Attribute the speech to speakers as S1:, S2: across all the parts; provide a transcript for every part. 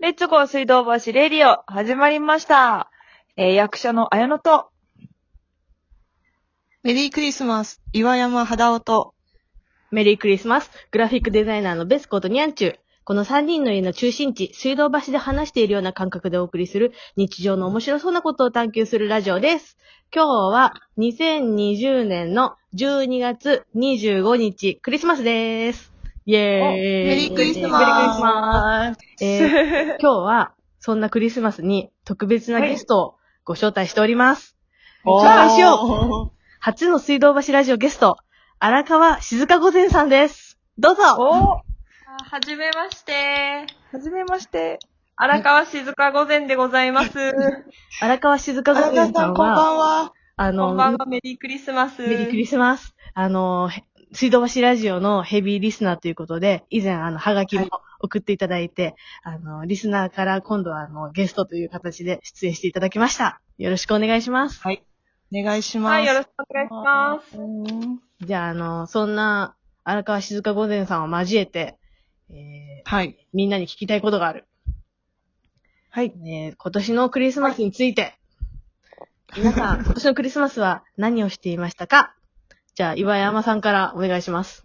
S1: レッツゴー水道橋レディオ、始まりました。えー役者の綾乃と、
S2: メリークリスマス、岩山肌音と、
S3: メリークリスマス、グラフィックデザイナーのベスコーとニャンチュー。この3人の家の中心地、水道橋で話しているような感覚でお送りする、日常の面白そうなことを探求するラジオです。今日は、2020年の12月25日、クリスマスです。イェーイ
S2: おメリークリスマス
S3: メリークリスマスえー 今
S1: え
S3: 日は、そんなクリスマスに特別なゲストをご招待しております。
S1: おー
S3: 紹介しよう初の水道橋ラジオゲスト、荒川静香御前さんです。どうぞ
S1: ー、お
S4: はじめまして。
S1: はじめまして。
S4: 荒川静香御前でございます。
S3: 荒川静香
S2: 荒
S3: 学
S2: 川
S3: 園
S2: さ
S3: さ
S2: ん、こ
S3: ん
S2: んば
S3: は、
S2: んは。
S3: あ
S4: こ
S3: の、
S4: んばんは、メリークリスマス。
S3: メリークリスマス、あの、へ水道橋ラジオのヘビーリスナーということで、以前、あの、ハガキも送っていただいて、あの、リスナーから今度は、あの、ゲストという形で出演していただきました。よろしくお願いします。
S2: お願いします。
S4: はい、よろしくお願いします。
S2: うん
S3: じゃあ、あの、そんな、荒川静香御前さんを交えて、えー、
S2: はい。
S3: みんなに聞きたいことがある。
S2: はい。
S3: えー今年のクリスマスについて。皆さん、今年のクリスマスは何をしていましたかじゃあ、岩山さんからお願いします。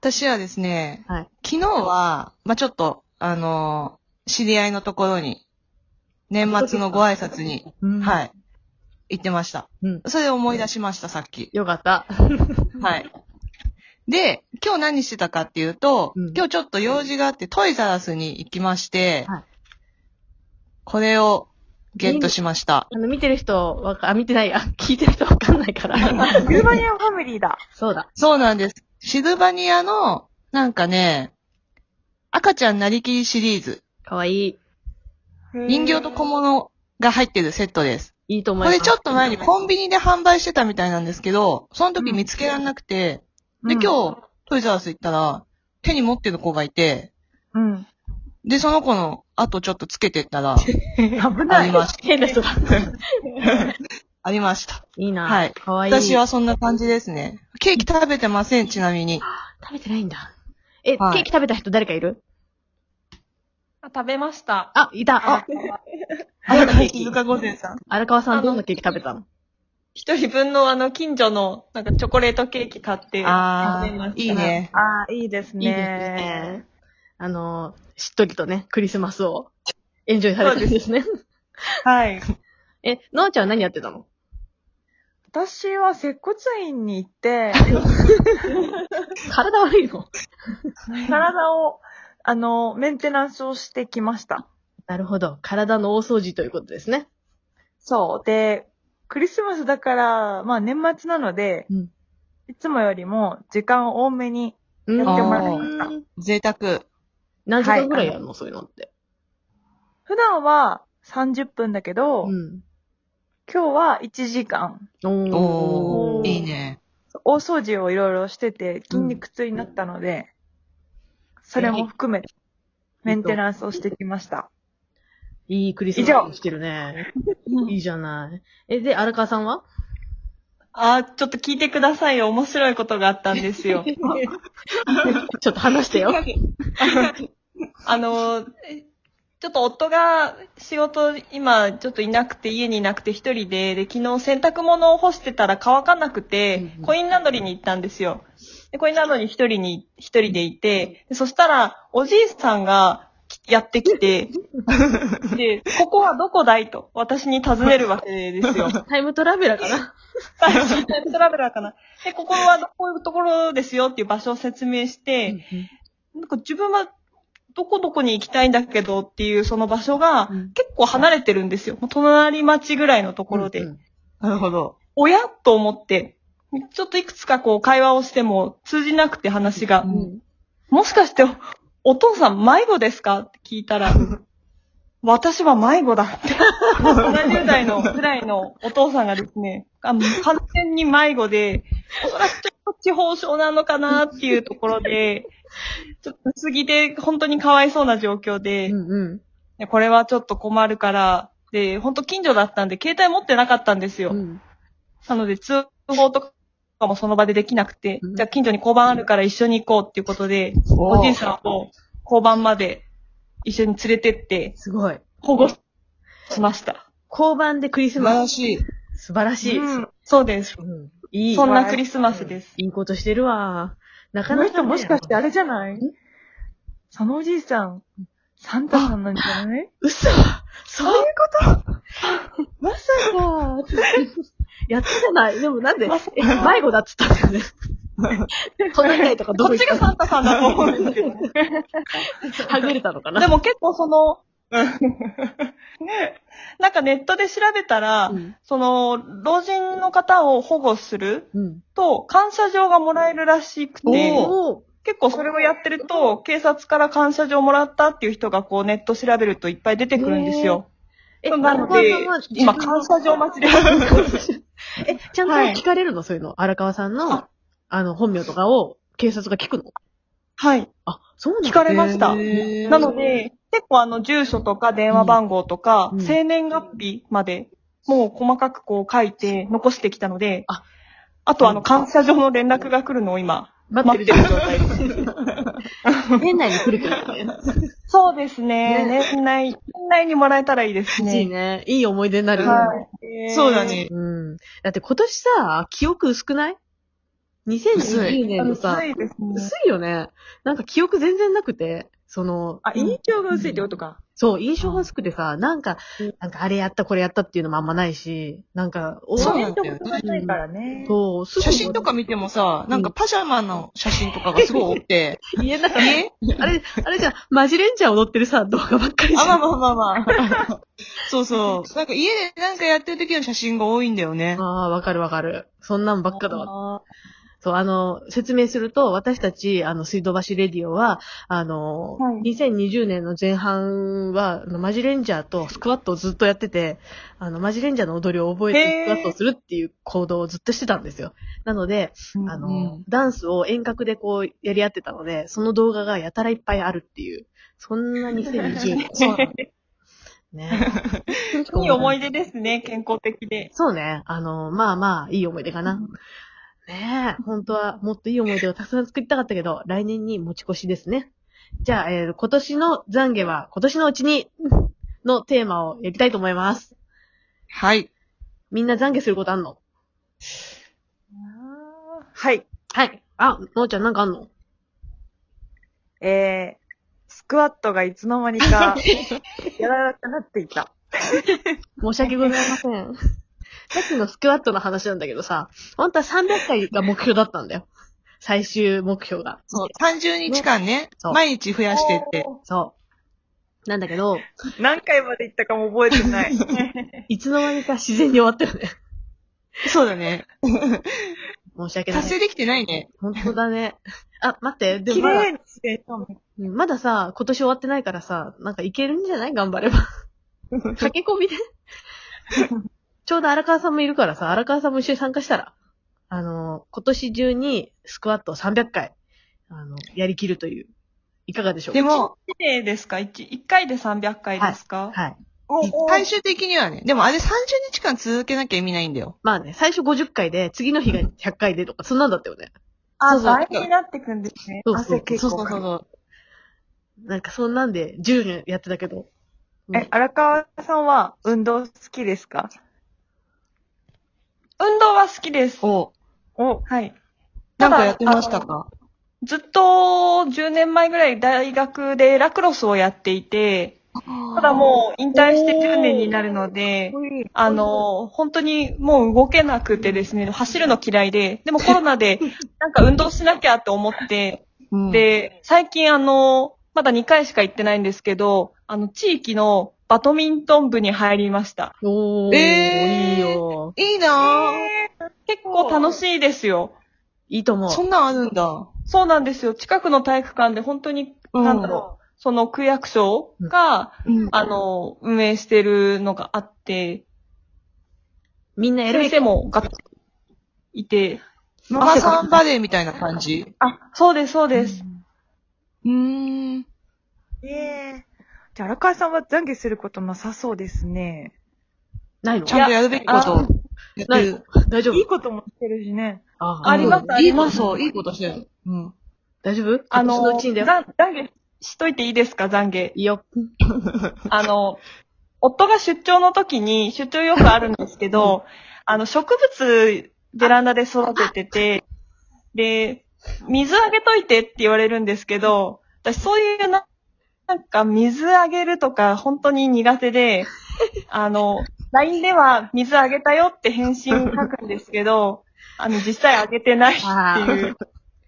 S2: 私はですね、
S3: はい
S2: 昨日は、まあ、ちょっと、あのー知り合いのところに、年末のご挨拶に、
S3: い。
S2: はい、行ってました。
S3: うん
S2: それを思い出しました、さっき。
S3: よかった。
S2: はい。で、今日何してたかっていうと、
S3: うん
S2: 今日ちょっと用事があって、トイザラスに行きまして、
S3: はい
S2: これをゲットしました。
S3: あの、見てる人わか、あ、見てないや。聞いてる人わかんないから。
S1: シルバニアファミリーだ。
S3: そうだ。
S2: そうなんです。シルバニアの、なんかね、赤ちゃんなりきりシリーズ。
S3: かわいい。
S2: 人形と小物が入ってるセットです。
S3: いいと思
S2: こ
S3: います。
S2: れちょっと前にコンビニで販売してたみたいなんですけど、その時見つけられなくて、で、今日、トイザラス行ったら、手に持ってる子がいて、
S1: うん。
S2: で、その子の後ちょっとつけてっ たら、
S1: 危
S2: あ
S1: な
S2: り
S1: い。
S2: ました。
S3: 変な人だ。
S2: ありました。
S3: いいな。
S2: はい
S3: かわいい。
S2: 私はそんな感じですね。ケーキ食べてません、ちなみに。
S3: 食べてないんだ。え、
S2: はい
S3: ケーキ食べた人誰かいる
S4: あ食べました。
S3: あ、いた。あ、
S2: 荒川静香御前さん。
S3: 荒川さんどんなケーキ食べたの
S4: 一人分のあの、近所の、なんかチョコレートケーキ買って。
S2: あ
S4: 食べまし
S2: ー、
S4: た
S2: いいね。
S1: ああ、いいですね。
S3: いいですね。あの、しっとりとね、クリスマスをエンジョイされてるんですね。
S1: はい。
S3: え、のあちゃんは何やってたの
S1: 私は接骨院に行って、
S3: 体悪いの
S1: 体を、あの、メンテナンスをしてきました。
S3: なるほど。体の大掃除ということですね。
S1: そう。で、クリスマスだから、まあ年末なので、
S3: うん
S1: いつもよりも時間を多めに、
S3: うん
S1: や
S2: ってもらい
S1: ました
S2: 贅沢。
S3: 何時間ぐらいやるの、そういうのって。
S1: 普段は30分だけど、
S3: うん。
S1: 今日は1時間、
S2: お
S3: お
S2: ー、いい。ね。
S1: 大掃除をいろいろしてて、筋肉痛になったので、それも含めて、メンテナンスをしてきました。
S3: いいクリスマスしてるね。いいじゃない。え、で、荒川さんは
S4: あー、ちょっと聞いてくださいよ。面白いことがあったんです よ。
S3: ちょっと話してよ。
S4: あの、えちょっと夫が仕事、今、ちょっといなくて、家にいなくて一人で、で、昨日洗濯物を干してたら乾かなくて、コインランドリーに行ったんですよ。で、コインランドリーに一人に、一人でいて、でそしたら、おじいさんがきやってきて、で、ここはどこだいと、私に尋ねるわけですよ。
S3: タイムトラベラーかな
S4: タイムトラベラーかな。で、ここはこういうところですよっていう場所を説明して、なんか自分はどこどこに行きたいんだけどっていうその場所が
S3: うん
S4: 結構離れてるんですよ。もう隣町ぐらいのところで。
S3: うん
S2: なるほど。
S4: おやと思って、ちょっといくつかこう会話をしても通じなくて話が。
S3: うんうん
S4: もしかしておお父さん迷子ですかって聞いたら、私は迷子だって。70代のぐらいのお父さんがですね、あもう完全に迷子で、おそらくちょっと地方症なのかなっていうところで、ちょっと薄着で本当にかわいそうな状況で、い
S3: うんうん
S4: やこれはちょっと困るから、で、本当近所だったんで携帯持ってなかったんですよ。
S3: うん
S4: なので通報とかもその場でできなくて、
S3: うん
S4: じゃあ近所に交番あるから一緒に行こうっていうことで、
S2: お
S4: おじいさんを交番まで一緒に連れてって、
S3: すごい。
S4: 保護しました。
S3: 交番でクリス
S2: 素晴
S3: マ
S2: ら
S3: ス。
S2: しい。
S3: 素晴らしい。
S1: うん
S4: そうです。
S3: うんいい。
S4: そんなクリスマスです。
S3: いいことしてるわ。な
S1: こ
S3: かな
S1: の
S3: か、
S1: 人もしかしてあれじゃないそのおじいさん、サンタさんなんじゃない
S3: 嘘そういう ことまさか。 やってじゃないでもなんで、
S4: まさか
S3: え、迷子だっつったんだよ ね。トナカイとかど
S4: こ
S3: こ
S4: っち
S3: 行った
S4: がサンタさんだと思 うんですけど。
S3: はぐれたのかな
S4: でも結構その、なんかネットで調べたら、
S3: うん
S4: その、老人の方を保護する
S3: うん。
S4: と、感謝状がもらえるらしくて、
S3: おー
S4: 結構それをやってると、警察から感謝状もらったっていう人がこうネット調べるといっぱい出てくるんですよ。
S3: え、
S4: なので
S3: 荒川さんは、
S4: 今
S3: 自分の
S4: 感謝状待ちです。
S3: え、ちゃんと
S4: はい
S3: 聞かれるのそういうの。荒川さんの、あの、本名とかを警察が聞くの
S4: はい。
S3: あ、そうなんだ
S4: 聞かれました。
S2: へー
S4: なので、結構あの、住所とか電話番号とか、
S3: うん
S4: 生年月日まで、もう細かくこう書いて残してきたので、
S3: あ
S4: あとあの、感謝状の連絡が来るのを今、
S3: 待っ
S4: 待
S3: て
S4: って
S3: る
S4: る状態です。
S3: 年内に来るからね。
S4: そうですね。年内、年内にもらえたらいいです
S3: いい
S4: ね。
S3: ね。いい思い出になるよね。
S4: はい。そうだね。
S3: うん。だって今年さ、記憶薄くない ?2020 年のさ
S4: 薄、いですね。
S3: 薄いよね。なんか記憶全然なくて、その、
S1: あ、印象が薄いってことか。
S3: そう、印象が薄くてさ、なんか、なんかあれやったこれやったっていうのもあんまないし、なんか、お
S2: そう
S1: 写
S2: な
S1: 真
S2: んだ
S1: とか
S2: よね
S1: 撮らないからね。
S3: そう、すぐ
S2: 写真とか見てもさ、なんかパジャマの写真とかがすごい多くて、
S3: 家の中に、あれ、あれじゃん、マジレンジャー踊ってるさ、動画ばっかりじゃ
S2: あ、
S3: ん
S2: まあまあまあまあ。そうそう。なんか家でなんかやってる時の写真が多いんだよね。
S3: ああ、わかるわかる。そんなんばっかだわ。
S4: あ
S3: そう、あの、説明すると、私たち、あの、水道橋レディオは、あの、
S4: はい
S3: 2020年の前半は、あのマジレンジャーとスクワットをずっとやってて、あの、マジレンジャーの踊りを覚えて
S4: へー
S3: スクワットをするっていう行動をずっとしてたんですよ。なので、
S4: ー
S3: あ
S2: う
S3: の、
S2: ん
S3: ダンスを遠隔でこう、やり合ってたので、その動画がやたらいっぱいあるっていう、そんな2020年。 そうなのね。
S4: いい思い出ですね、健康的で。
S3: そうね。あの、まあまあ、いい思い出かな。ねえ、本当はもっといい思い出をたくさん作りたかったけど、来年に持ち越しですね。じゃあ、えー今年の懺悔は今年のうちに、のテーマをやりたいと思います。
S2: はい。
S3: みんな懺悔することあんの
S1: はい。
S3: はい。あ、のーちゃんなんかあんの
S1: えー、スクワットがいつの間 にか、やらなくなっていた。
S3: 申し訳ございません。さっきのスクワットの話なんだけどさ、本当は300回が目標だったんだよ。最終目標が。
S2: そう。30日間ね
S3: そう、
S2: 毎日増やしてって。
S3: そう。なんだけど、
S1: 何回まで行ったかも覚えて ない。
S3: いつの間にか自然に終わったよね。
S2: そうだね。
S3: 申し訳ない
S2: 達。成できてないね。
S3: 本当だね。 あ、待って、でも
S1: 綺
S3: まだ、
S1: 麗にしてたもん。
S3: うんまださ、今年終わってないからさ、なんかいけるんじゃない頑張れば。駆け込みで。ちょうど荒川さんもいるからさ、荒川さんも一緒に参加したら、あの、今年中にスクワットを300回、あの、やりきるという、いかがでしょうか
S2: でも、
S4: 綺麗ですか一一回で300回ですか、
S3: はい。
S4: おお
S2: 最終的にはね、でもあれ30日間続けなきゃ意味ないんだよ。
S3: まあね、最初50回で、次の日が100回でとか、そんなんだったよね。
S4: あ、
S2: そうそう
S4: 倍になってくんですね。
S3: そうそう
S1: 汗
S2: そ
S1: 結
S2: う
S1: 構
S2: そう
S1: か
S2: そう
S1: く。
S2: そう。
S3: なんかそんなんで、10年やってたけど。うん
S1: え、荒川さんは運動好きですか
S4: 運動は好きです。
S2: お
S1: お、
S4: はい。
S2: なんかやってましたか
S4: ずっと10年前ぐらい大学でラクロスをやっていて、ただもう引退して10年になるので、あの、本当にもう動けなくてですね、走るの嫌いで、でもコロナでなんか運動しなきゃと思って、
S2: うん、
S4: で、最近あの、まだ2回しか行ってないんですけど、あの、地域のバドミントン部に入りました。
S3: おー、
S2: えー
S3: いいよ。
S2: いいなぁ。
S4: 結構楽しいですよ。
S3: いいと思う。
S2: そんなんあるんだ。
S4: そうなんですよ。近くの体育館で本当に、
S2: うん
S4: なんだろう、その区役所が、
S2: うん
S4: あの、運営してるのがあって、
S3: みんなやるべ
S4: 先
S3: き。
S4: 生もがっつりいて、
S2: ママさんバレーみたいな感じ。
S4: あ、そうです、そうです。
S2: うーん。
S1: ええじゃあ荒川さんは懺悔することなさそうですね。
S3: ないの
S2: ちゃんとやるべきことをやってる。
S3: 大丈夫
S1: いいこともしてるしね。
S3: あ
S4: あります
S2: うんいいこと、そう、いいことしてる。うん。
S3: 大丈夫
S4: あ
S3: 今年
S4: の、
S3: のうちにだよ。
S4: ざ懺悔しといていいですか、懺悔。
S3: いいよ。
S4: あの、夫が出張の時に、出張よくあるんですけど、あの、植物、ベランダで育ててて、で、水あげといてって言われるんですけど、私そういうな、なんか水あげるとか本当に苦手で、あの、LINE では水あげたよって返信書くんですけど、あの、実際あげてないっていう。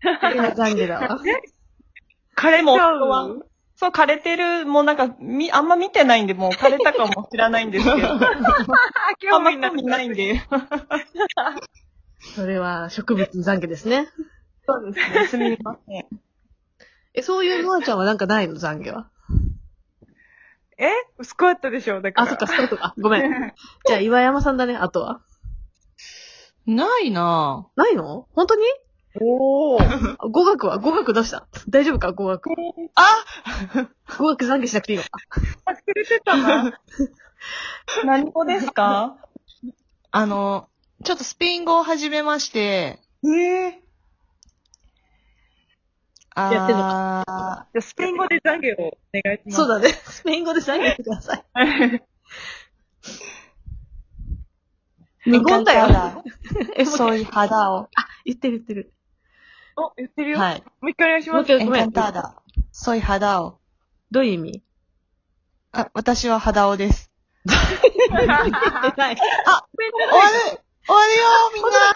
S3: 懺悔だわ。
S4: 枯れも夫は。そう、枯れてる、もうなんか、み、あんま見てないんで、もう枯れたかも知らないんですけど。あ
S1: あ、
S4: んま興味ないんで。
S3: それは植物懺悔ですね。
S4: そうですね。すみません。
S3: え、そういうノアちゃんはなんかないの懺悔は。
S1: えスクワットでしょだから。
S3: あ、そっか、そうか。ごめ ん。じゃあ、岩山さんだね、あとは。
S2: ないなぁ。
S3: ないの本当に
S1: お ー。
S3: あ語学は語学どうした大丈夫か語学。
S2: あ
S3: 語学懺悔しなくていいのか。
S1: 忘れてたな。
S4: 何語ですか
S2: あの、ちょっとスペイン語を始めまして、
S4: ええ
S2: あ
S3: やってんの
S2: ー
S1: じゃあスペイン語で懺悔をお願いします。
S3: そうだね。ス ペイン語で懺悔してください。無言だよ。え、もう
S2: そういう肌を。
S3: 言ってる言ってる。
S1: お、言ってるよ。
S2: はい。
S1: もう一回お願いし
S3: もう
S1: ま
S3: 一
S1: す。
S3: 回
S2: エ
S3: ご
S2: ン
S3: め
S2: カ
S3: ん
S2: ン。ターダ。そういう肌を。
S3: どういう意 味
S2: あ、私は肌をです。
S3: 言ってない。
S2: 終わる終わるよみんな